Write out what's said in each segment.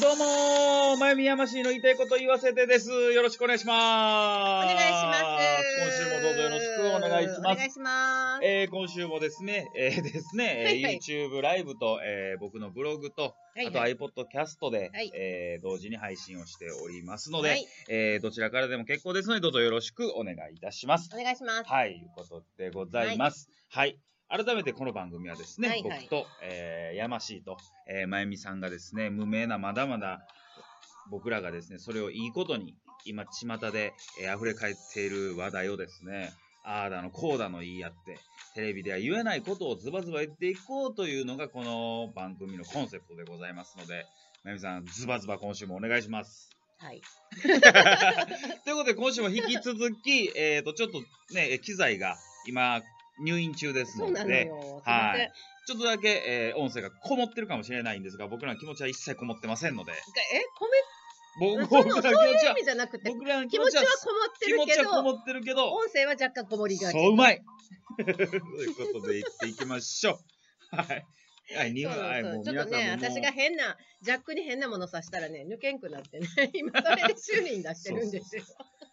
どうもー、まゆみやましいの言いたいこと言わせてです。よろしくお願いします。お願いします。今週もどうぞよろしくお願いしまお願す。いします。えー、今週もですね、えー、ですね、えーはいはい YouTube ライブと、えー、僕のブログと、はいあとはい iPod キャストで、はいえー、同時に配信をしておりますので、はいえー、どちらからでも結構ですので、どうぞよろしくお願いいたします。お願いします。はい、いうことでございます。はい。改めてこの番組はですね、はいは僕いと、えー、やましいと、えー、まゆみさんがですね、無名なまだまだ僕らがですね、それをいいことに、今、巷で、えー、溢れ返っている話題をですね、ああだの、こうだの言い合って、テレビでは言えないことをズバズバ言っていこうというのが、この番組のコンセプトでございますので、まゆみさん、ズバズバ今週もお願いします。はい。ということで、今週も引き続き、 えっと、ちょっとね、機材が今、入院中ですそのうなので、よ。すいません。はいちょっとだけ、えー音声がこもってるかもしれないんですが、僕らの気持ちは一切こもってませんので、え、僕コメ僕ンらの気ト、そう持いうち意は、味じゃなくて、僕らの気気持持ちちはは、こもって気る持けちはこど、もってるけど、音声は若干こもりがち。そううまい ということで、行っていきましょう。はい。はい、そ2う分、そうはい、そうもうちょ皆っさとんもね、も私うが変な、ジャックに変なものさしたらね、抜けんくなってね、 今それで修理に出してるんですよ。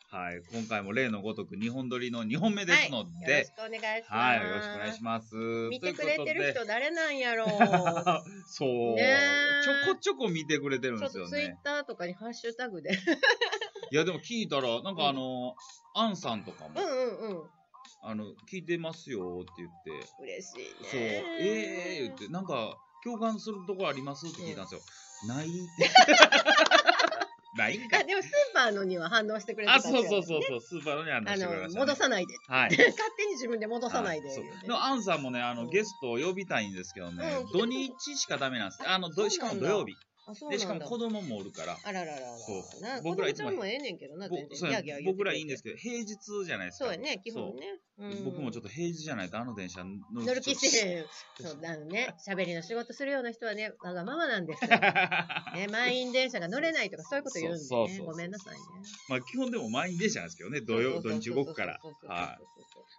はい、今回も例のごとく2本撮りの2本目ではすい。のよろでし、くお願いします。はい、よろしくお願いします。見てくれてるということで人誰なんやろう。そう、ねえちょこちょこ見てくれてるんちょでっすとよツイッね。ターとかにハッシュタグで。いや、でも聞いたら、なんうんかあの、アンさんとかも、うんうんうん。あの、聞いてますよって言って、嬉しいね。そう、ええー、言って、なんか、共感するとこありますって聞いたんですよ。ない って。ないんかあい。でもスーパーのには反応してくれてたあ、んですよそうそうそうそう、スーパーのにあの、あしてくれのましたね戻 さないではい。勝手に自分で戻さないで、は言そうてでもアンさんもね、あの、うんゲストを呼びたいんですけどね、うん土日しかダメなんです。あの、どしそうかなもんだ土曜日。あそうなんで、だしかも子供もおるから。あららららそうな僕らいつ子も供ちゃんもええねんけどなぼ全そう然ギやャーギャー言うて僕くれらていいんですけど、平日じゃないですか。そうやね基本ねうん僕もちょっと平日じゃないとあの電車乗乗る気してん。へんそうあのね喋りの仕事するような人はねわがままなんです よまね、満員電車が乗れないとかそういうこと言うんで、ね、そうそうそうそうごめんなさいね。あ基本でも満員電車なんですけどね、土曜、土日動くから。そうそうそうそうはい。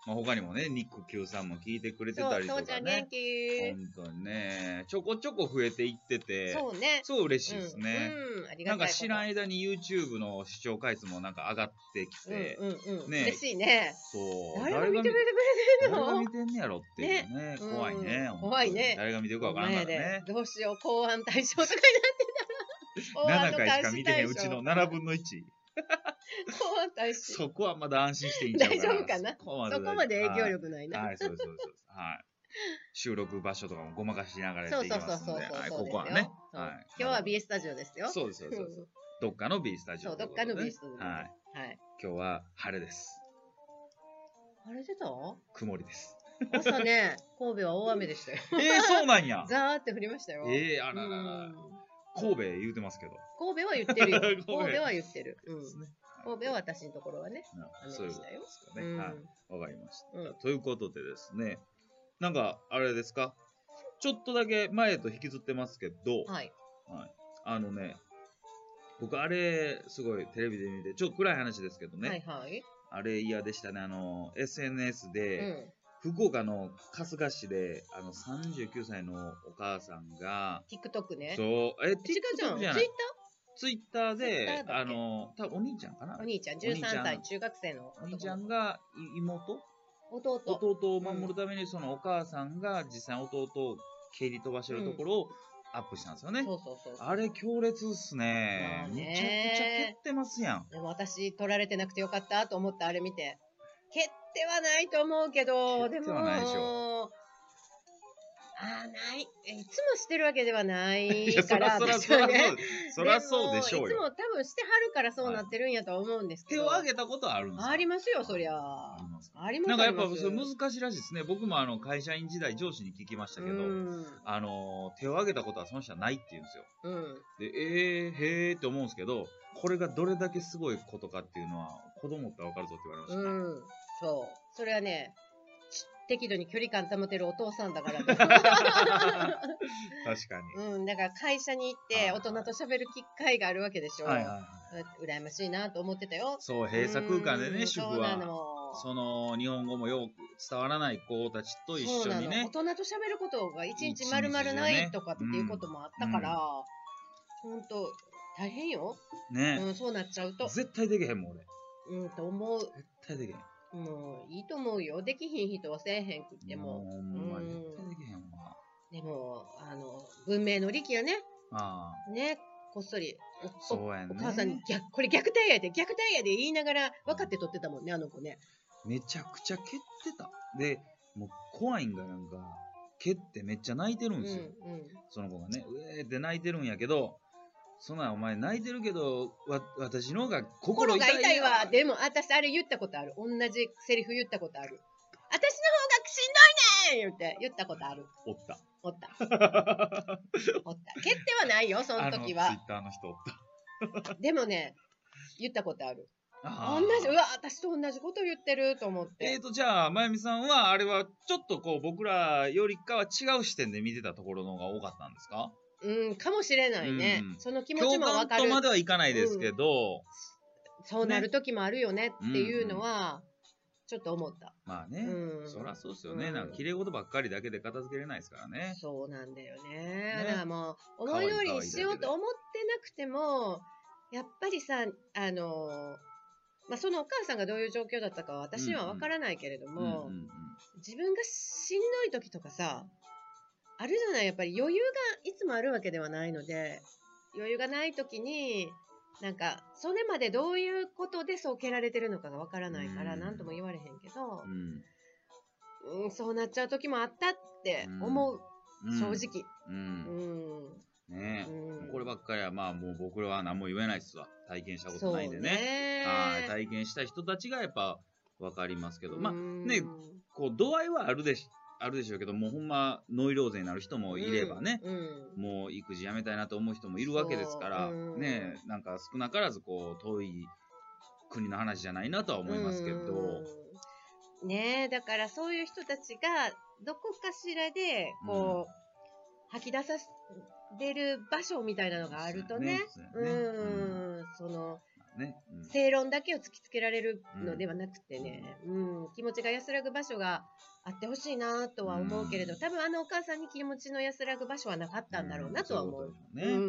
まあ他にもね、ニック Q さんも聞いてくれてそうたそうりそとうそう、父ちかゃん元ね。気。本当にね、ちょこちょこ増えていってて、そうね。そう嬉しいですね。うんうん、ありがなたんいか知らんい間に YouTube の視聴回数もなんか上がってきて、うんうんうんね嬉しいね。そう、誰が見てくれてくれて誰るがの見てんねやろっていうね、ね怖いね、うん本当に怖いね誰が見てるかわからんから前ねで。どうしよう、公安対象とかに なって7たら。回しか見てへんうちの七7分の1。公安対象。そそこはまだ安心していいんちゃうかな。大丈夫かなそこまでこまで影響力力ないはい、な。はいそうです、そうですそうです。はい。収録場所とかもごまかしながらやそってういきそうまそすのうそうで、そうはい、そうこですこよはね。そうはい、今日は B スタジオですよ。そうです、そうです。そうですうどっかの B スタんジそオう、といどうこっかとでね、の B スタジオです。はい。はい。今日は晴れです。あれ出た曇りです。朝ね、神戸は大雨 でしたよ。えー、そうなん や。ザーって降りましたよ。えー、あうらららん。神戸言うてますけど。神戸は言って るよ神。戸神戸は言ってる。うんですね神戸は私のところはね。うんそういうことですかうね。んはい。わかりました、うんということでですね、なんか、あれですか、ちょっとだけ前と引きずってますけど、はい。はいあのね、僕、あれ、すごいテレビで見て、ちょっと暗い話ですけどね、はいはい。あれ嫌でしたね、あの、SNS で、うん。福岡の春日市で、あの、39歳のお母さんが、 TikTok ね。そう、え、違うじゃ TikTok ん。じツイッゃない、ツイッタターーで Twitter、だっけあの、多分お兄ちゃんかなお、兄ちゃん、お兄ちゃん13歳、中学生のお兄ちゃ男のんがい妹弟。弟を守るために、そのお母さんが実際弟を蹴り飛ばしてるところをアップしたんですよね。そうそうそう。あれ強烈っすまねあ。めちゃくねちゃ蹴ってますやん。でも私、取られてなくてよかったと思った、あれ見て。蹴ってはないと思うけど、蹴でっても、はないでしああ、ない。えいつもしてるわけではないいや、そかららそらですそよらねそう。そらそうでしょうでもよ。いつも多分してはるからそうなってるんやとは思うんです手けど。を挙げたことはあるんですかありますよ、そりゃ。ありますありますなんかやっあぱりますそれ難しいらしいですね。僕もあの会社員時代上司に聞きましたけど、うん。あの、手を挙げたことはその人はないって言うんですよ。うん。で、えー、へーって思うんですけど、これがどれだけすごいことかっていうのは子供ってわかるぞって言われま したね。うん。そう。それはね、ち適度に距離感保てるお父さん だから。確かうん、だから会社に行っはいて大人と喋る機会があるわけでしに。ょ。はいはいはい。羨ましいなと思ってたよ。そう、閉鎖空間でうね、ん主そ婦うなは。の。その、日本語もよく伝わらない子たちと一緒にね。そうなの大人と喋ることが一一日日中ね丸々ないとかっていうこともあったから、本当大変よ。ね、うん、そうなっちゃうと。絶対できへんもん俺うん、と思う。絶対できへんもう、いいと思うよ。できひん人はせえへんくっても。うほんまうん絶対できへんわでも、あの、文明の利器やね。ああね、こっそり。おそうやねお母さんに逆、これ虐待やで、虐待やで言いながら分かって撮ってたもんね、あの子ね。めちゃくちゃ蹴ってたでもう怖いんがなんか蹴ってめっちゃ泣いてるうんん、ですよ、うん。その子がね、うえーって泣いてるんやけど、そんなんお前泣いてるけど、わ、私の方が心心痛がい痛いわ。ででも、私、あれ言ったことある。同じセリフ言ったことある。私の方がしんどいねん言って、言ったことある。おった。おった。 おった。蹴ってはないよ、その時ツイはッ。ターの人おった。でもね、言ったことある。あ同ーじ、うわ、私と同じこと言ってると思っえーて。と、じゃあ、まゆみさんは、あれは、ちょっとこう、僕らよりかは違う視点で見てたところの方が多かったんですかうん、かもしれないねう。んその気持ち共もわ感かとる。まではいかないですけど、そうなる時もあるよねっていうのは、ちょっと思った。まあうね、ん。そりゃそうですよね。うんなんか、綺麗事ばっかりだけで片付けれないですからね。そうなんだよね。ねだからもう、思い通りにしようと思ってなくても、やっぱりさ、あのー、まあ、そのお母さんがどういう状況だったかは私にはわからないけれどうんうんも、うん。自分がしんどい時とかさ、あるじゃない、やっぱり余裕がいつもあるわけではないので、余裕がない時に、なんか、それまでどういうことでそう蹴られてるのかがわからないから、うんなんとも言われへんけど、うんうん、そうなっちゃう時もあったって思う、うん正。直。う。うんん。ねえ。うんこればっかりは、まあもう僕らは何も言えないっすわ。体験したことそうないんでね。ねはい。体験した人たちがやっぱ分かりますけど、まあ、ねうんこう、度合いはあるでし、あるでしょうけど、もうほんま、ノイローゼになる人もいればね、うんもう育児やめたいなと思う人もいるわけですから、そううんねえ、なんか少なからずこう、遠い国の話じゃないなとは思いますけど、うんねえだからそういう人たちがどこかしらでこう、吐き出させ出る場所みたいなのがあるとねそううですよねん、そのうんね、うん正論だけを突きつけられるのではなくてね、うん気持ちが安らぐ場所があってほしいなとは思うけれど、うん多分あのお母さんに気持ちの安らぐ場所はなかったんだろうなとは思う。んそいことでしょうね。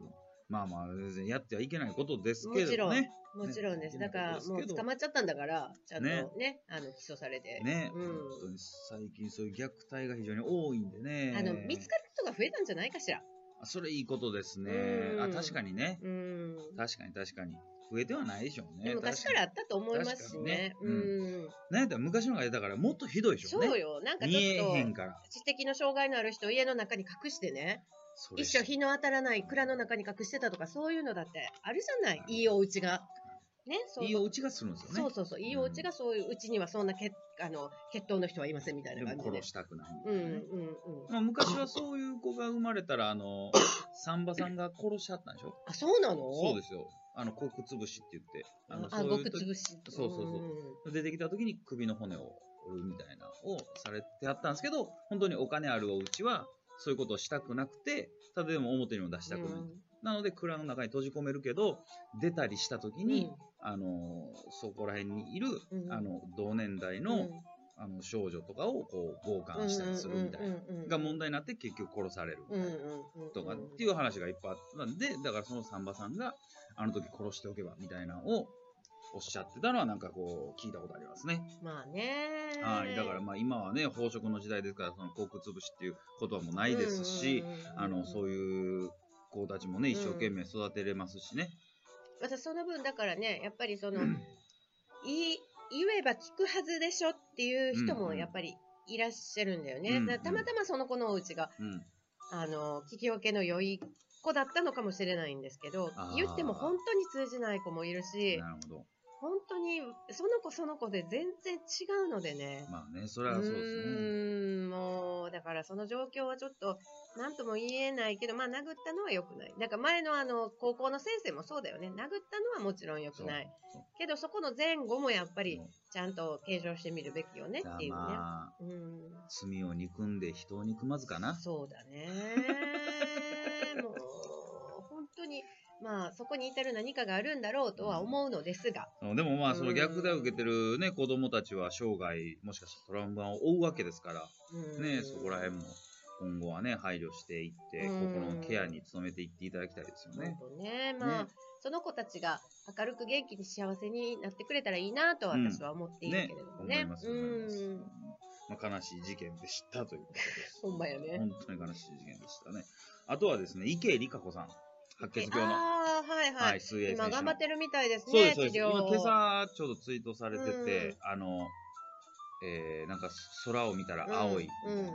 うんまあまあ、全然やってはいけないことですけれどね。もちろんです。ねだから、でもうすけど捕まっちゃったんだから、ちゃんとねね、あの、起訴されて。ね、うん本当に最近そういう虐待が非常に多いんでね。あの、見つかることが増えたんじゃないかしら。あそれいいことですね。うんあ、確かにね。うん。確かに確かに。増えてはないでしょうね。でも昔からあったと思いますしね。確かにねうん。なんやったら昔の方がだからもっとひどいでしょうね。そうよ。なんかち見えへょっんと、から。知的の障害のある人を家の中に隠してね、それ一生日の当たらない蔵の中に隠してたとか、そういうのだってあるじゃない。いいお家が。ね、そう。いいお家がするんですよね。そうそうそう。いいお家がそういう、うちにはそんな血、あの、血統の人はいませんみたいでな感もじで殺。したくないんうん、だうよね、ん、うん。まあ、昔はそういう子が生まれたら、あ の、サンバさんが殺しちゃったんでしょあ、そうなのそうですよ。あの、国潰しって言って。あの、あ、そうい僕う時潰し。そうそうそうん出てきた時に首の骨を折るみたいなのをされてあったんですけど、本当にお金あるお家は、そういうことをしたくなくて、ただでも表にも出したくない。なので、蔵の中に閉じ込めるけど、出たりした時に、あのー、そこら辺にいる、うんあの、同年代うんの、あの、少女とかを、こう、強姦したりするみたいな。なが問題になって、結局殺されるみたいな。とかっていいう話がいっぱいあったんで、だからそのサンバさんが、あの時殺しておけば、みたいなのを、おっしゃってたのはなんかこう、聞いたことありますね。うん。まあね。はい。だからまあ今はね、飽食の時代ですから、その航空潰しっていうことはもうないですし、あの、そうう。いう子たちもね、一生懸命育てれますしね。またその分だからね、やっぱりその、い言えば聞くはずでしょっていう人うんもうんやっぱりいらっしゃるんだようんうね。んだからたまたまその子のお家が、うん。あの、聞き分けの良い子だったのかもしれないんですけどあー、言っても本当に通じない子もいるし、なるほ本当にその子その子で全然違うのでねど。。まあね、それはそうでうすね。ーん、もう、だからその状況はちょっと、なんとも言えないけど、まあ、殴ったのは良くない。なんか前のあの、高校の先生もそうだよね。殴ったのはもちろん良くそうない。そうけど、そこの前後もやっぱりそう、ちゃんと検証してみるべきよねだっかていらうね。まあ、うん。罪を憎んで人を憎まずかな。そう だね。もう、本当に、まあ、そこに至る何かがあるんだろうとは思うのですが。うんでもまあ、その虐待を受けてるね、子供たちは生涯、もしかしたらトラウマを負うわけですから、うんね、そこら辺も今後はね、配慮していって、うん心のケアに努めていっていただきたいですよね。本当ね、まあ、ねその子たちが明るく元気に幸せになってくれたらいいなと私は思っているけれども思いねま。す、う思いますん。。まあ、悲しい事件でしたということです。ほんまやね本当に悲しい事件でしたね。あとはですね、池江璃花子さん、白血病の、はああ、はいい、はい。水泳選手の。今頑張ってるみたいですそうでね、す、そうです。治療を今、今朝、ちょうどツイートされてうんて、あの、えー、なんか、空を見たら青い。うんうん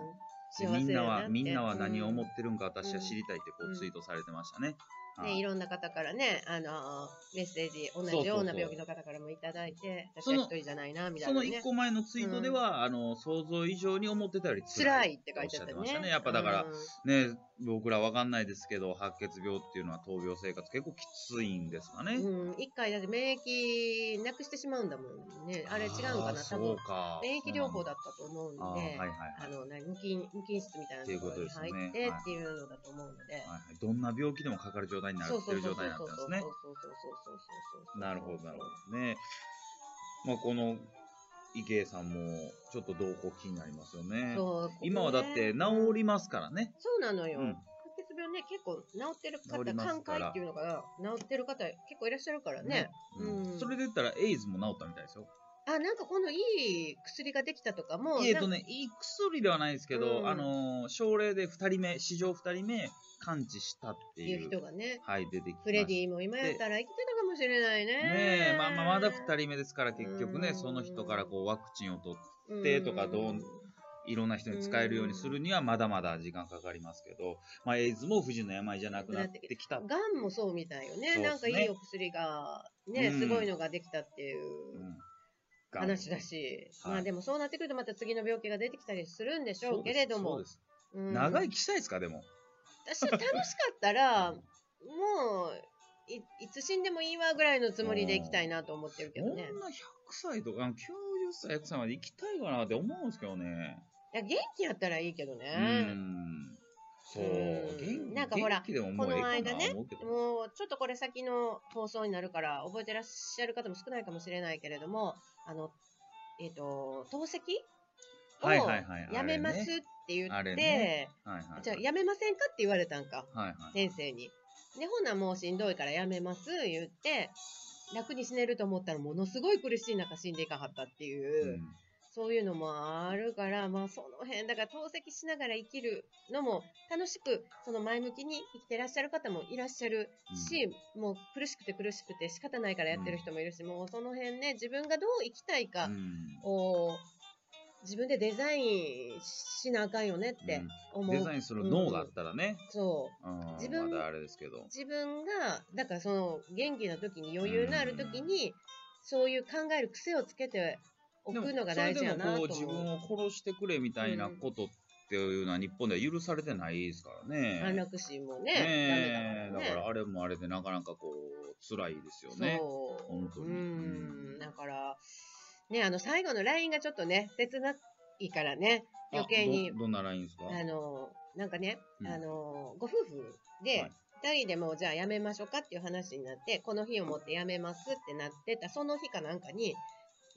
で幸せみんなやっは、てみんなは何を思うんってるんか私は知りたいってこううんツイートされてましたね。はね、いいろんな方からね、あのーメッセージ、そ同うじそうよそううな病気の方からもいただいて、私そのは一人じゃないな、みたそいなの一ね。個前のツイートでは、あの、想像以上に思ってたより辛辛い。いって書いてあおっしゃっったてましたね。ねやっぱだからうんね、僕らわかんないですけど、白血病っていうのは闘病生活結構きついんですかね。うん、一回だって免疫なくしてしまうんだもんね。あれ違うのかあーな多そう分。か。免疫療法だったと思うんで、あーあ,、はいはいはい。の、何無菌、無菌室みたいなところに入っていうことですっよねてはいっていうのだと思うので。はいはいどんな病気でもかかる状態になるそうってそいううそ状うそう態になそってうそうますそうね。そうなるほど、なるほどね。まあ、この池江さんも、ちょっと動向気になりますよね。そう今はだって治りますからね。そうなのよ。うん白血病ね、結構治ってる治方、ります寛から解っていうのかな、治ってる方結構いらっしゃるからね。うんうんそれで言ったら、エイズも治ったみたいですよ。あ、なんかこのいい薬ができたとかも、えっなんとかね、いい薬ではないですけど、うんあのー、症例で二人目、史上二人目、完治したっていいうう。人がね、はい、出てきました。フレディも今やったら生きてたかもしれないね。ねえ、まあまあ、まだ二人目ですから、結局ね、うんその人からこう、ワクチンを取って、人でとかどういろんな人に使えるようにするにはまだまだ時間かかりますけど、まあ、エイズも不治の病じゃなくなってきた。がんもそうみたいよね。そうっすねなんかいいお薬が、ね、うんすごいのができたっていううん話だ。し、はいまあでもそうなってくるとまた次の病気が出てきたりするんでしょうけれどそうもで、すうん長生きしたいですか、でも。私楽しかっ たら、もうい、いつ死んでもいいわぐらいのつもりでいきたいなと思ってるけこどんなね100。歳とか、90歳、100歳まで生きたいかなって思うんですけどね。いや元気やったらいいけどうね。ん。そううん。元なんかほら元気でももうええかなこの間ね思うけどもう、ちょっとこれ先の放送になるから、覚えてらっしゃる方も少ないかもしれないけれども、あの、えっ、と、透析をはいはいはいあれねやめますって言あって、れねはいはい。じゃあやめませんかって言われたんか、はいはい。先生に。で、ほなもうしんどいからやめます言って、楽に死ねると思ったらものすごい苦しい中死んでいかはったっていう、うんそういうのもあるから、まあその辺、だから透析しながら生きるのも楽しく、その前向きに生きてらっしゃる方もいらっしゃるし、もう苦しくて苦しくて仕方ないからやってる人もいるし、もうその辺ね、自分がどう生きたいかうんを自分でデザインしなあかんよねって思う。デザインする脳があったらね、そう。うん自分まだあれですけど。自分が、だからその元気な時に余裕のある時に、そういう考える癖をつけておくのが大事やなとでもそれでも思う。こう自分を殺してくれみたいなことっていうのは日本では許されてないですからね。安楽死もね、ねえダメだだからかね。あれもあれでなかなかこう辛いですよね。そう。本当にうん。だから、ね、あの最後のラインがちょっとね、切ないからね、あ余計にど。どんなラインですかあの、なんかね、うんあの、ご夫婦はでい、二人でもうじゃあやめましょうかっていう話になって、この日をもってやめますってなってた、その日かなんかに、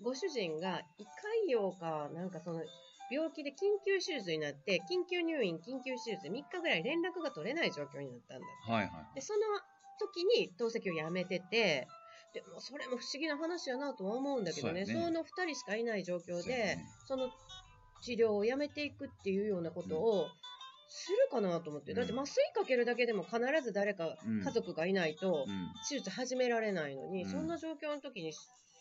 ご主人が胃潰瘍か、なんかその、病気で緊急手術になって、緊急入院、緊急手術、3日ぐらい連絡が取れない状況になったんだってはいはい。で、その時に透析をやめてて、でもそれも不思議な話やなとは思うんだけどね、そそうやねの二人しかいない状況そうやでね、その治療をやめていくっていうようなことをするかなと思って、うんだって麻酔かけるだけでも必ず誰かうん家族がいないとうん手術始められないのに、うんそんな状況の時に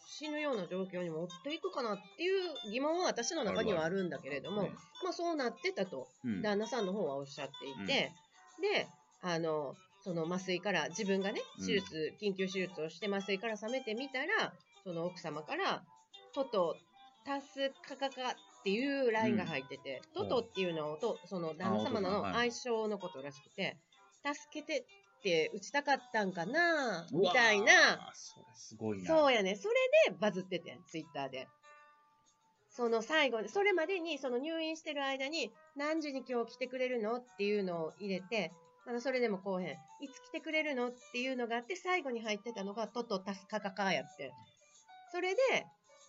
死ぬような状況に持っていくかなっていう疑問は私の中にはあるんだけれども、ねまあそうなってたと。うん旦那さんの方はおっしゃっていて、うんで、あの、その麻酔から、自分がね、手術、緊急手術をして麻酔から覚めてみたら、その奥様から、トト、タスカカカっていうラインが入ってて、うんトトっていうのと、そのあ旦那様お父さんのはい相性のことらしくて、助けてって打ちたかったんかな、うみわーたいな、。それすごいな。そうやね。それでバズっててん、ツイッターで。その最後に、それまでに、その入院してる間に、何時に今日来てくれるのっていうのを入れて、まだそれでも後編、いつ来てくれるのっていうのがあって、最後に入ってたのが、トトタスカカカやって。それで、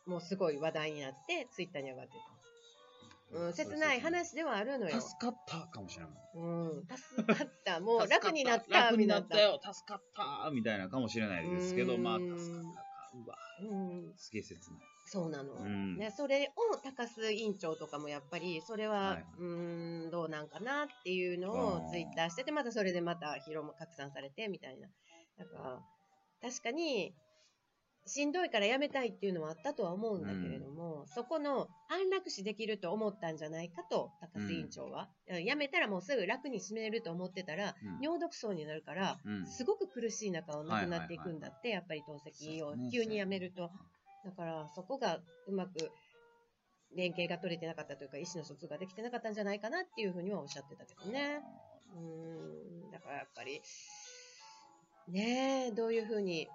もうすごい話題になって、ツイッターに上がってた。うん、切ない話ではあるのよ。助かったかもしれない。うん、 助かった、もう助か楽になった、楽みになたいったよ、助かったみたいなかもしれないですけど、まあ、うーん助かったか。うわ、うん、すげえ切ない。そうなの。うんね、それを高須委員長とかもやっぱり、それは、はいうーん、どうなんかなっていうのをうんツイッターしてて、またそれでまた広も拡散されてみたいな。なんか、確かに、しんどいからやめたいっていうのはあったとは思うんだけれども、そこの安楽死できると思ったんじゃないかと、高須委員長は。うんやめたらもうすぐ楽に死ねると思ってたら、うん尿毒症になるから、うんすごく苦しい中を亡くなってはいはいはいいくんだって、やっぱり透析をそうですね急にやめると。だから、そこがうまく連携が取れてなかったというか、意思の疎通ができてなかったんじゃないかなっていうふうにはおっしゃってたけどね。うーん、だからやっぱり、ねえ、どういうふうに。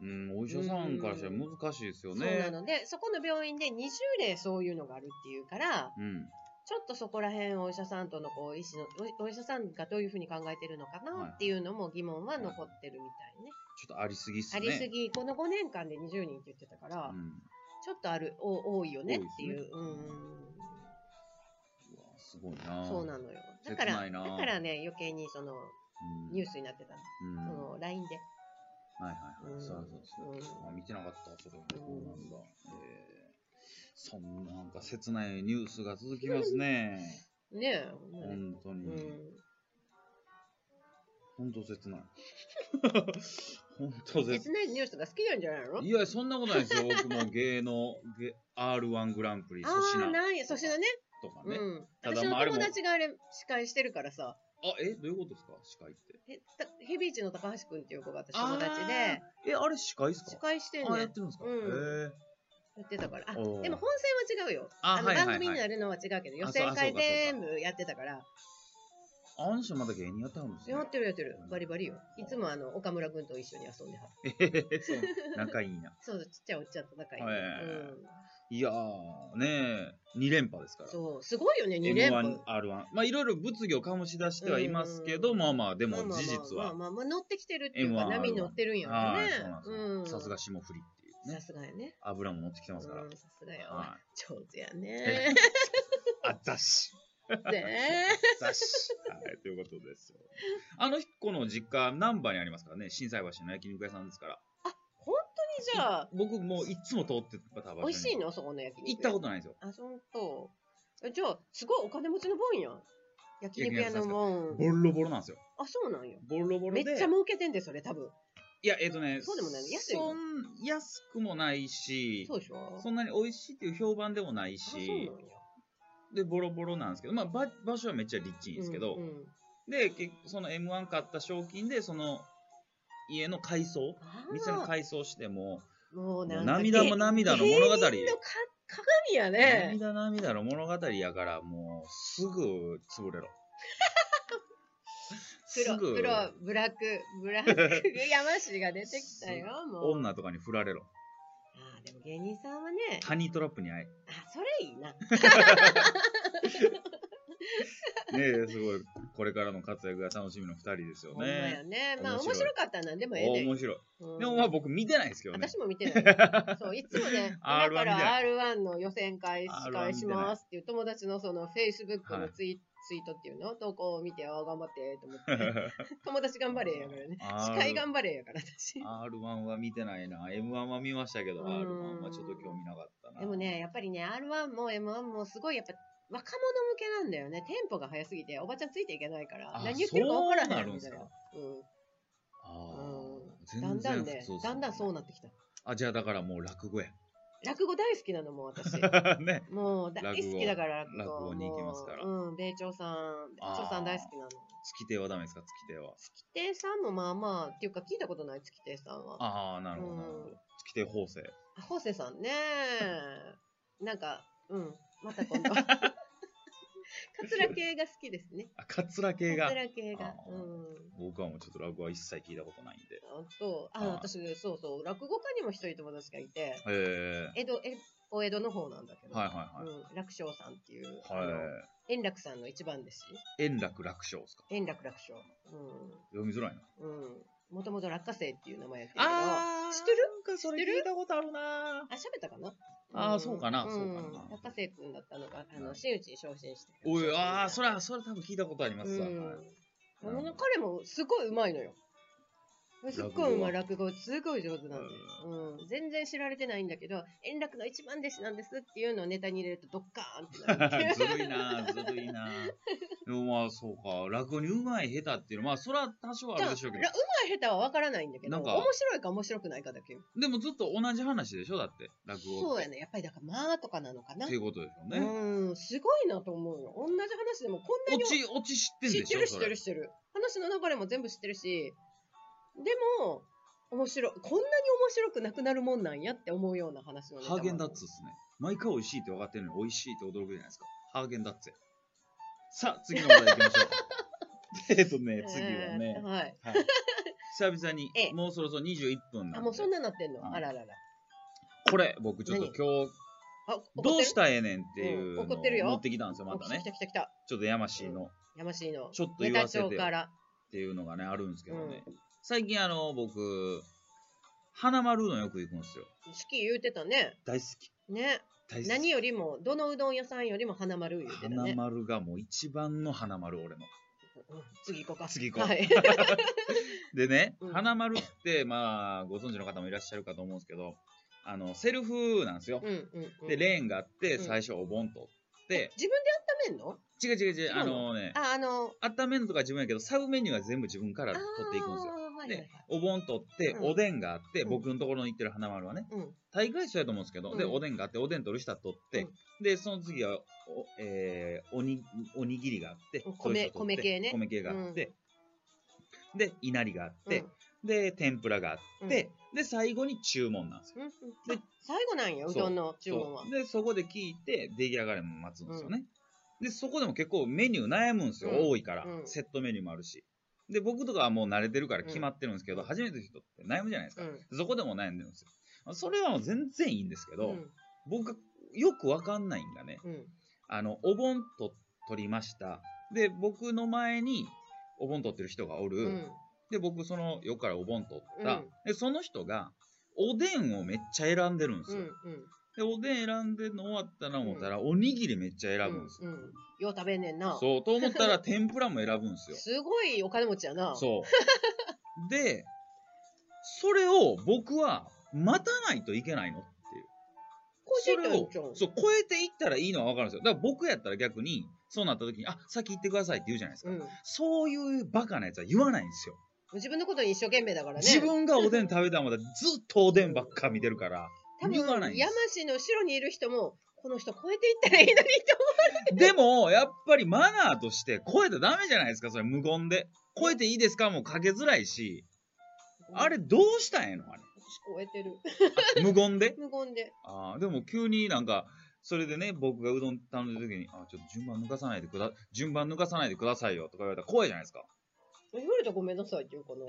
うん、お医者さんからしたら難しいですよそうなね。ので、そこの病院で20例そういうのがあるっていうから、うん。ちょっとそこら辺お医者さんとのこう医師のお、お医者さんがどういうふうに考えてるのかなっていうのも疑問は残ってるみたいね。ちょっとありすぎっすあね。りすぎ、この5年間で20人って言ってたから、うん。ちょっとある、お多いよねってい多う。いうんうんうわすごいなうん、そうなのよ。だ切から、ないだなからね、余計にその、うんニュースになってたの。うんその、LINE で。はいはいはい。うんそうそうそう。うんあ見てなかった、それ。そうなんだ。えーそんななんか切ないニュースが続きます ね。ねえ、本当うんに。本当 切ない。本当切切ないニュースが好きなんじゃないのない。いや、そんなことないで すよ。僕も芸能、芸 R1 グランプリ、あ粗あー、品ない、粗品ね。とかうね。ん。ただ私のまああれ友も達があれ、司会してるからさ、あ、え、どういうことですか司会って。えたヘビーチの高橋くんっていう子が私友達で、あー。え、あれ司会ですか司会してんねあ、んややってるんですか、うんへえ。ってたから。あ、でもお本ー戦は違うよ。ああの、はいはいはい番組になるのは違うけど、予あそう選あそうかそう会か全部やってたから、あの人まだ芸人やってはるんですやよ、ってるやってる。バリバリよ。いつもあの、岡村くんと一緒に遊んではる。えへへへそう仲いいな。そう、ちっちゃいおっちゃんと仲いい。はいうん。いやー、ねえ、2連覇ですから。そう、すごいよね、2連覇。 M1、R1。まあ、いろいろ物議を醸し出してはいますけうど、んまあまあ、でまあもまあ事実まあは。まあまあ、乗ってきてるっていう M1 か、 R1 波に乗ってるんやろはい、ねそうなんですよ。うん。さすが。霜降りっていうさね。すがやね。油も持ってきてうますから。ん、さすがやわは。上手やね。い。あ、雑誌。ね雑誌。はい、ということですよ。あの子の実家、難波にありますからね、心斎橋の焼肉屋さんですから。本当に じゃあ、僕もういつも通ってた場所に美味しいのそこの焼肉。。行ったこととないんですよ。あ、そうと。えじゃあ、すごいお金持ちのボンやん。焼肉屋のボン。ボロボロなんですよ。あ、そうなんよ。ボロボロめで。っちゃ儲けてんで、それ多分。いや、えっ、とね、そうでもない安いのそん安くもないし、そうでしょそんなに美味しいっていう評判でもないあそうなんしや、で、ボロボロなんですけど、まあ、ば場所はめっちゃ立地いいんですけど、うんうんで、結その M1 買った賞金で、その家の改装、あー店の改装しても、ももうなうんか涙も涙の物語。芸人のか鏡やね。涙涙の物語やから、もうすぐ潰れろ。す 黒、ぐ黒、ブラック、ブラック、やましが出てき たよ、もう。女とかに振られろ。ああ、でも芸人さんはね、ハニートラップに会え。あ、それいいな。ねえ、すごい、これからの活躍が楽しみの二人ですよほんまやね。ね。まあ、面面白い白かったら何でもええおねん。面白い。うんでもまあ僕見てないですけどね。私も見てない。そう、いつも ね、今 R1 か見てなら R1 の予選会司 R1 会しますっていう友達のその Facebook のツイ,、ツイートっていうの投稿を見て、ああ、頑張って、と 思って。友達頑張れやからね。あ ー司会頑張れやから、私。 R1 は見てないな。M1 は見ましたけど、うん R1 はちょっと興味なかったな。でもね、やっぱりね、R1 も M1 もすごいやっぱ若者向けなんだよね。テンポが速すぎて、おばちゃんついていけないから、あ何言ってるか分からへんみたそういなるんすな。かうあー、ん、だん全だん然ね普通、だんだんそうな。なってきた。あ、じゃあだからもう落語 や。落語大好きなのもう 私。ね。もう大好きだから落語落語に行きますからもううん、米朝さん、米朝さん大好きなの。月亭はダメですか月亭は。月亭さんもまあまあ、っていうか聞いたことない月亭さんは。ああ、なるほど、なるほうど。月亭法政。あ、ホセさんね。なんか、うん、また 今度。 カツラ系が好きですね。あ、カツラ系カがツ。ラ系があ。うーん。僕はもうちょっと落語は一切聞いたことないんで。あと、あ、はい私、そうそう、落語家にも一人友達がいて、へえ。江戸、えお江戸の方なんだけど、はいはいうん、楽勝さんっていう、はい。あのは円楽さんの一番弟い。子、円楽楽勝ですか円楽楽勝。読みづらいな。うん、うん。もともと落花生っていう名前やってるけど、ああー知ってるなんかそれ知って聞るいたことあるな喋ったかなあーんそうかなんそうかな落花生くんだったのが、あの、真打ちに昇進して。おいああそれはそれ多分聞いたことありますわ、うん、もうね彼もすごい上手いのよ。すっごいうまい落語、すごい上手なんで、うん、全然知られてないんだけど、円楽の一番弟子なんですっていうのをネタに入れるとドッカーンってなるってい う。ずるいなずるいなでもまあそうか落語にうまい下手っていうのはまあそれは多少あじゃるであ、うしょうけまどい下手は分からないんだけど、なん面か白いか面白くないかだけよ。でもずっと同じ話でしょだって落語っそうてやね。やっぱりだから、まあとかなのかな。っていうことでしょうね、うん、すごいなと思うよ。同じ話でもこんなに落ち落ち知ってん知っでてしょる知そってれる知ってる。話の流れも全部知ってるし、でも、面白い。こんなに面白くなくなるもんなんやって思うような話のネタハもあーるゲンダッツですね毎回美味しいって分かってるのに美味しいって驚くじゃないですかハーゲンダッツやさあ次の話題行きまし ょうえっとね次はえーね、はい。はい、久々にええもうそろそろ21分なあ、んもでうそんななってんの、うんあららら。これ僕ちょっと今日あ、怒ってるどうしたらええねんっていうのうんを怒ってるよ持ってきたんですよ、またお来ねた。来た来た。ちょっとやましいのっやましいの。ちょっと言わせてよネタ帳から。ていうのがね、あるんですけどね。最近あの、僕、花丸うどんよく行くんですよ。好き言うてたね。大好き。ね。大好き。何よりも、どのうどん屋さんよりも花丸言うてた花ね。丸がもう一番の花丸、俺の。うん次行こうか。次行こう はい。でね、うん花丸って、まあ、ご存知の方もいらっしゃるかと思うんですけど、あの、セルフなんですよう。んうん、うん。で、レーンがあって、うん最初お盆と。えで、自分で温めんの違う違う違う、そうあなののね、あ、あの、温めるのとか自分やけど、サブメニューは全部自分からあ取っていくんですよ。ーはいはいはでい。、お盆取って、うんおでんがあって、うん僕のところに行ってる花丸はね、うん。大概そうやと思うんですけど、で、うんおでんがあって、おでんとるした取って、で、その次は、お、えー、おに、おにぎりがあって、お米そういう人取って米系ね米系があって、で、いなりがあっうん、て、で、天ぷらがあうっんて、で、最後に注文なんですよ。うんうん、あ最後なんや、うどんの注文はそう。で、そこで聞いて、出来上がりも待つんですよね。で、そこでも結構メニュー悩むんですよ、うん多いから、うんセットメニューもあるし。で、僕とかはもう慣れてるから決まってるんですけど、うん初めての人って悩むじゃないですか。うんそこでも悩んでるんですよ。まあそれはもう全然いいんですけど、うん僕がよくわかんないんがね、うんあの、お盆と取りました。で、僕の前にお盆取ってる人がおる。うんで、僕その横からお盆取った。うんで、その人が、おでんをめっちゃ選んでるんですよ。うんうんで、おでん選んでんの終わったな思ったら、おにぎりめっちゃ選ぶんですよ。うんうんよう食べんねんな。そう、と思った ら天ぷらも選ぶんですよ。すごいお金持ちやな。そう。で、それを僕は待たないといけないのっていう。こうそしてれたらいいをんちゃうそう超えていったらいいのは分かるんですよ。だから僕やったら逆に、そうなった時に、あ、先行ってくださいって言うじゃないですか。うん。そういうバカなやつは言わないんですよ。自分のことに一生懸命だからね。自分がおでん食べたまでずっとおでんばっか見てるから。 多分言わないんです山市の後ろにいる人も、この人超えていったらいいのにとでも、やっぱりマナーとして超えたらダメじゃないですか、それ無言で。超えていいですかもうかけづらいし。思 う。あれどうしたんやのあれ。私超えてる。あ 無言で無言で。ああ、でも急になんか、それでね、僕がうどん頼んだ時に、あ、ちょっと順番抜かさないでくだ、順番抜かさないでくださいよとか言われたら怖いじゃないですか。言われたらごめんなさいって言 うかな。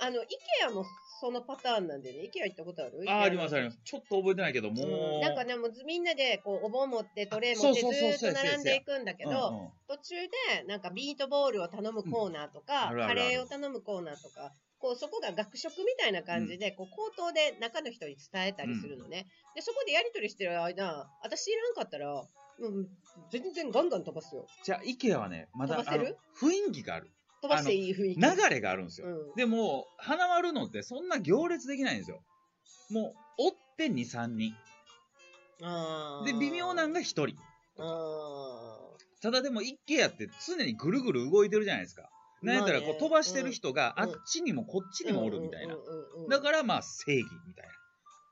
あの、イケアもそのパターンなんでね、イケア行ったことあるああ、ありますあよります。ちょっと覚えてないけど、もう。うんなんかね、もうみんなでこうお盆持ってトレー持ってそうそうそうずーっとそうや並んでいくんだけど、うんうん途中でなんかビートボールを頼むコーナーとうか、んあるあるあカるレーを頼むコーナーとか、こうそこが学食みたいな感じで、こう口頭で中の人に伝えたりするのね。で、そこでやりとりしてる間、私いらんかったら、もう全然ガンガン飛ばすよ。じゃあ、イケアはね、まだ飛ばせるあの雰囲気がある。飛ばしていい雰囲気。流れがあるんですよ。うんでも、花丸のってそんな行列できないんですよ。もう、追って2、3人。あーで、微妙なんが1人。あただでも、イケアって常にぐるぐる動いてるじゃないですか。なんやったら、まあこねう、飛ばしてる人がうんあっちにもこっちーにもおるみたいなうん。うんうんうんうんだから、まあ、正義みたいな。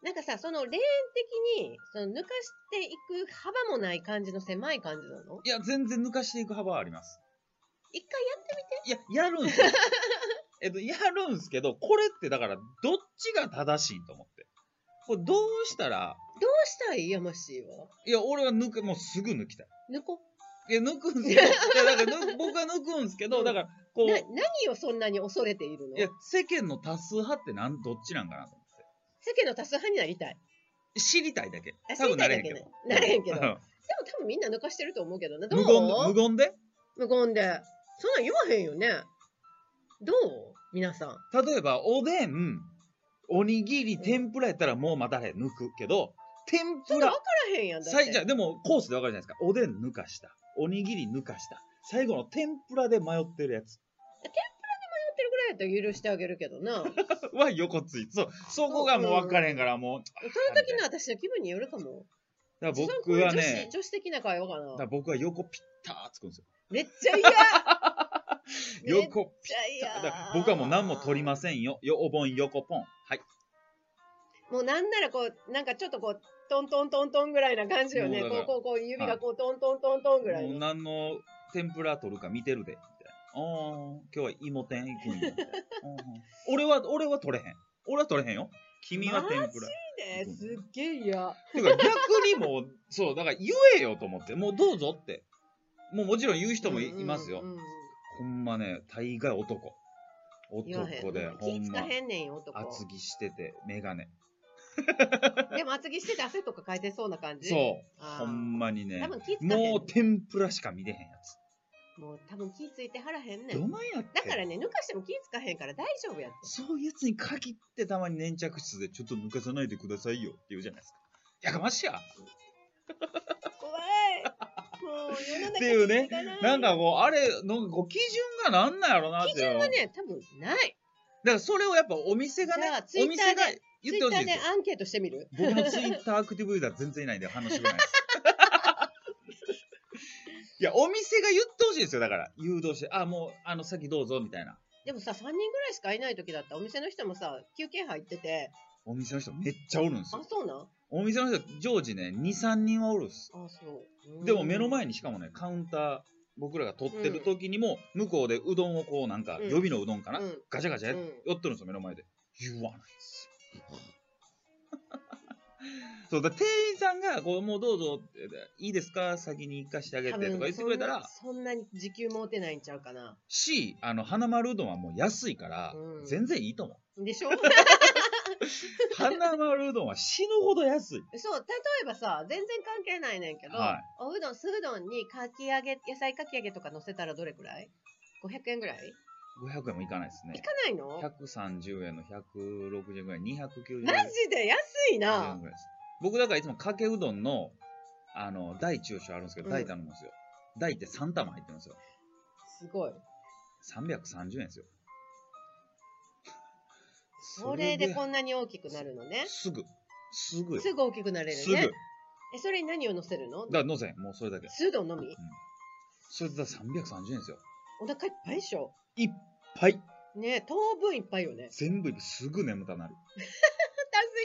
なんかさ、そのレーン的に、その抜かしていく幅もない感じの狭い感じなのいや、全然抜かしていく幅はあります。一回やっていや、やるんですよ。 えっと、やるんですけど、これってだから、どっちが正しいと思って。これどうしたら、み、どうしたいやましいわ。いや、俺は抜く、もうすぐ抜きたい。抜こいや、抜くんすけど、いや、だから 抜く、僕は抜くんすけど、だから、こう。う、ない何をそんなに恐れているのや、世間の多数派ってなん、どっちなんかなと思っ世間の多数派になりたい。て。知りたいだけあ。多分なれへん知けりどたい。だけねなれへんけどうでも多分みんな抜かしてると思うけどな。どう無言で、無言で無言で。そんなん言わへんよね。どう皆さん。例えば、おでん、おにぎり、天ぷらやったらもうまたれ抜くけど、天そぷんなら分か、らへんやん。だっ最じゃあて。でもコースでわかるじゃないですか。おでん抜かした。おにぎり抜かした。最後の天ぷらで迷ってるやつやってるぐらいやったら許してあげるけど な。そのは横ついて。そう、そこがもう分かれへんから、もう。時の私の気分によるかも。だからそ僕れこはそ女ね子、、女子的な会話かだかなら。僕は横ピッターつくんですめっちゃ嫌めっ よ。横ピッちゃ嫌ター。だから僕はもう何も取りませんよ。よお盆横ポン。はい。もうなんならこう、なんかちょっとこう、トントントントンぐらいな感じよね。もうこだからう、こう、こう、指がこう、トントントントンぐらいもうの。何の天ぷら取るか見てるで。みたいな。あー今日は芋天行くんや。 みたいなうんうん俺は、俺は取れへん。俺は取れへんよ。君は天ぷら。いいね。すっげえ嫌。てか逆にもう、そう、だから言えよと思って。もうどうぞって。もうもちろん言う人もいいますよ。うんうんうんほんまね、大概男。言わへん。男で、ほ気ぃんつまか。へんねんよ、男。厚着してて、メガネ。でも厚着してて汗とかかいてそうな感じ。そう。あーほんまに多ね。分気ぃつかへん。もう天ぷらしか見れへんやもう多分気ぃついてはらへんねつ。どん。ないやってだからね、抜かしても気ぃつかへんから大丈夫やって。そういうやつに限ってたまに粘着質でちょっと抜かさないでくださいよって言うじゃないですか。やかましや 怖い。もう世の中っていうね気がいなんかこう、あれ、なんかこう基準がなんなんやろなって。基準はね、多分ない。だからそれをやっぱお店がねじゃあ、お店が Twitter 言ってほしいんでツイッターすでよ。アンケートしてみる僕のツイッターアクティブユーザー全然いないんで話してない です。いや、お店が言ってほしいですよ。だから、誘導して、あ、もう、あの、先どうぞ、みたいな。でもさ、3人ぐらいしかいない時だった。お店の人もさ、休憩入ってて、お店の人めっちゃおるんですあよ。、そうなんお店の人、常時ね、2、3人はおるんです。あ、そううん。でも目の前にしかもね、カウンター、僕らが取ってる時にも、向こうでうどんをこう、なんかう、ん予備のうどんかな、うんガチャガチャや,、うんやってるんですよ、目の前で。言わないですよ。 そうだ店員さんがこう、もうどうぞ、いいですか、先に行かしてあげて多と分か言ってくれたら、そんなそんなに時給もうてないんちゃうかな。し、あの、花丸うどんはもう安いから、うん全然いいと 思う。でしょ花丸うどんは死ぬほど安い。そう、例えばさ、全然関係ないねんけど、はいおうどん、酢うどんにかき揚げ、野菜かき揚げとか乗せたらどれくらい ?500 円ぐらい500円もいかないですいねか。ないの130円の160円ぐらい、290円ぐマらい。ジで安いな。僕だからいつもかけうどんの、あの、大中小あるんですけど、うん大頼むんですよ。大って3玉入ってるんですよ。すごい。 330円ですよ。 それでこんなに大きくなるのね。すぐ。すぐよ。すぐ大きくなれるすぐ。だねか。え、それに何を乗せるのら、のせん。もうそれだけ。酢うどんのみそれでだから330円ですよ。お腹いっぱいでしょいっぱい。ねえ、糖分いっぱいよね。全部すぐ眠たなる。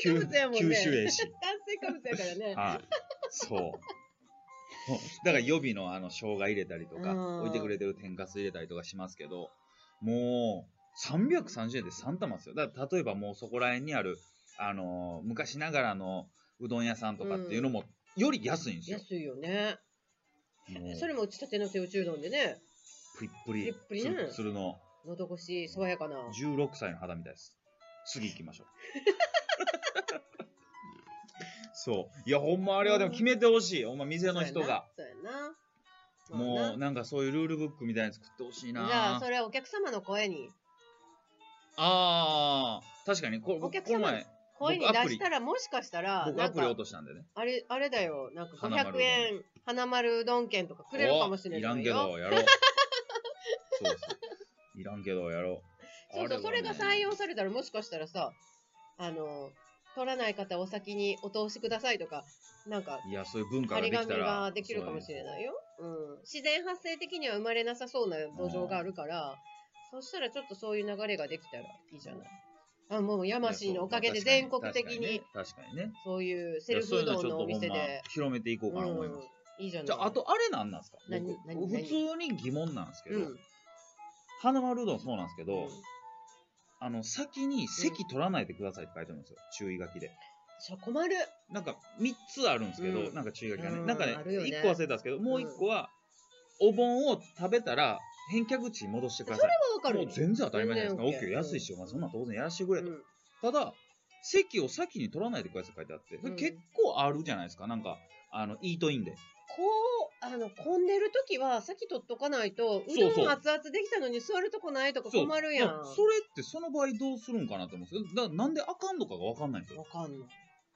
炭水化物やもんね。吸収ええし。炭水化物やからね。はい。そう。もうだから予備のあの生姜入れたりとか、うん置いてくれてる天かす入れたりとかしますけど、もう330円で3玉ですよ。だから例えばもうそこら辺にある、あのー昔ながらのうどん屋さんとかっていうのも、より安いんですよ。安いよね。もうそれも打ちたての手打ちうどんでね、プリップリ、プリップリねツルツルの喉越し、爽やかな。 16歳の肌みたいです。次行きま しょう。そう。いや、ほんまあれはでも決めてほしい。ほんま店の人が。そうやな。そうやなもうなんかそういうルールブックみたいに作ってほしいなじゃあ、それお客様の声に、あー確かにこおこ客の様前声に僕アプ出リしたら、もしかしたら、僕なアんプリか落、としたんでねあれ、あれだよ、なんか花丸うど500ん円、花丸うどん券とかくれるかもしれないよ。おいらんけどやろうそうそういらんけどやろうそうそう、あそはれねが採用されたら、もしかしたらさ、あの、取らない方お先にお通しくださいとか、なんか、いやそういう文化が張でりきた紙らができるかもしれないよ。うん、自然発生的には生まれなさそうな土壌があるから、そしたらちょっとそういう流れができたらいいじゃない。あもう、そういう山市のおかげで全国的いにや、確かにねそういうセ確かにねいやルそうフいうのちうどょっんのとおほん店まで。広めていこうかなと思います、うん、いいじゃない。じゃああ、とあれなんなんですか何僕何何普通に疑問なんですけうど、ん。花丸うどんそうなんですけど、うんあの先に席取らないでくださいって書いてあるんですよ注意書きでそこまる。なんか3つあるんですけど、うんなんか注意書きがね、うんなんかねあるよね1個忘れたんですけどもう1個は、お盆を食べたら返却値戻してくださいわかるもよ。う全然当たり前じゃないですかオッ全ケー然 OK 安いし、お前そんなん当然やらしてくれと、うんただ席を先に取らないでくださいって書いてあって、うん結構あるじゃないですかなんかあの、イートインで。こう、あの、混んでる時は、先取っとかないと、うそうそうどん熱々できたのに座るとこないとか困るやん。そうわそれってその場合どうするんかなと思うんですけど、だなんであかんのかがわかんないんですよ。かんな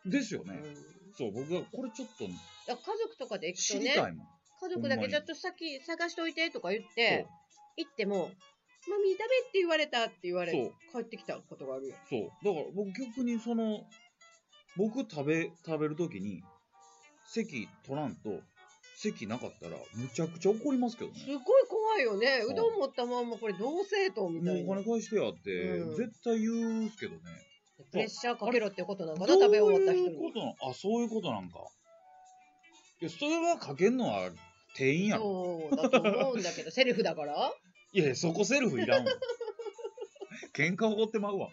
い。ですようね。ん、だそう、僕はこれちょっとから家族とかで行く知とりね、たいもん。家族だほんまけにちょっと先探しといてとか言っそうて、行っても、マミー食べって言われたって言われそう、帰ってきたことがあるやん。そう。だから僕逆にその、僕食べ、食べるときに、席取らんと、席なかったら、むちゃくちゃ怒りますけどねす。ごい怖いよね。うんうどん持ったまんまこれ同正当みたもういおな。金返してやって、うん絶対言うっすけどね。プレッシャーかけろってことなのかな、どう食べ終わった人いうこに。となのあ、そういうことなんか。いや、それはかけんのは店員やろ。そうだと思うんだけど、セルフだからいやいや、そこセルフいら んわ。喧嘩起こってまうわ。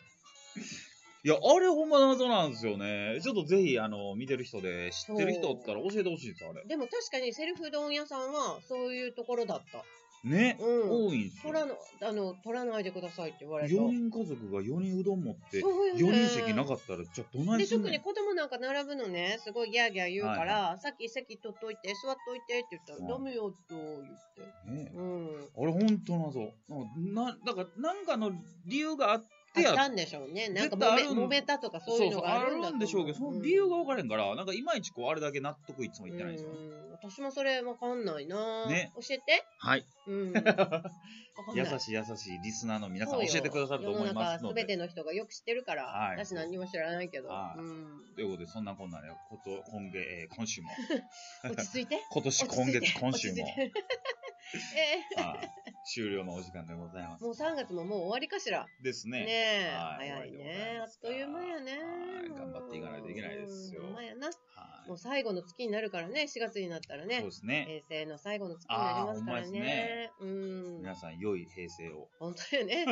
いや、あれほんま謎なんですよね。ちょっとぜひ、あの、見てる人で、知ってる人おったら教えてほしいです、あれ。でも確かにセルフ丼屋さんはそういうところだった。ね。うん。多いんすよ取。らの、あの、取らないでくださいって言われた。 4人家族が4人うどん持って、そうよね4人席なかったら、じゃあどないで、すん特ねにん子供なんか並ぶのね、すごいギャーギャー言うから、さっき席取っといて、座っといてって言ったら、うんダメよと言って。ねうん。あれほんと謎。な、だから、なんかの理由があってあやったんでしょうね。なんか絶対ある揉めん揉めたとかそうそいううそのう、がああるんだるんでしょうけど、その理由が分からへんから、なんかいまいちこう、あれだけ納得いつもいってないんですよね。うん私もそれわかんないなね教えて。はい。 うん。わかんない優しい優しいリスナーの皆さんそ教うよえてくださると思います世のの中すべてで。の人がよく知ってるから、はい私何にも知らないけど、はいうん、ということで、そんなこんなで、こと、今月、えー今週も、落ち着いて今年、 落ち着今いて月、今週も落ち着い、て えはい終了のお時間でございますー、もう。3月ももう終わりかしらですねね。はいえ、早い終わりでございねあまっすかという間やねはい頑張っていかないといけないですようんほんまやなはいもう最後の月になるからね4月になったらそうねですね。平成の最後の月になりあーますからほんまでねすねうん皆さん、良い平成を。本当 よね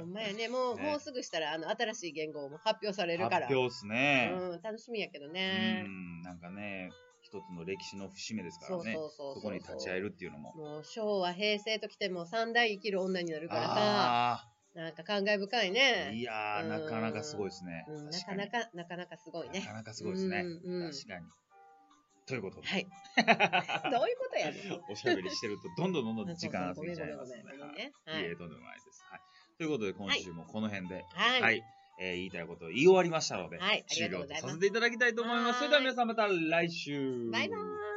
ほんまやねもうねもうすぐしたらあの新しい言語も発表されるから発表っすね。うん、楽しみやけどうね、ん、なんかね、一つの歴史の節目ですかそらうね。そうそうそうそこに立ち会えるっていうのも。もう昭和平成ときても三代生きる女になるからさあなんか感慨深いあ、いね、やー、うんなかなかすごいですね。うん、な確かかなにかなかなかすごいなねかなか すごいですね。うんうん確かに。ということで、 はいどういうことやねんおしゃべりしてると、どんどんどんどん 時間が過そうそぎうごめんちごゃめいんごますめんね。ごめんねはいいえ、とんでもないです。はい。ということで、今週もこの辺で、はいははいい、えー言いたいことを言い終わりましたので、はいあり終了がとうごとざいますさせていただきたいと思います。それでは皆さんまた来週。バイバーイ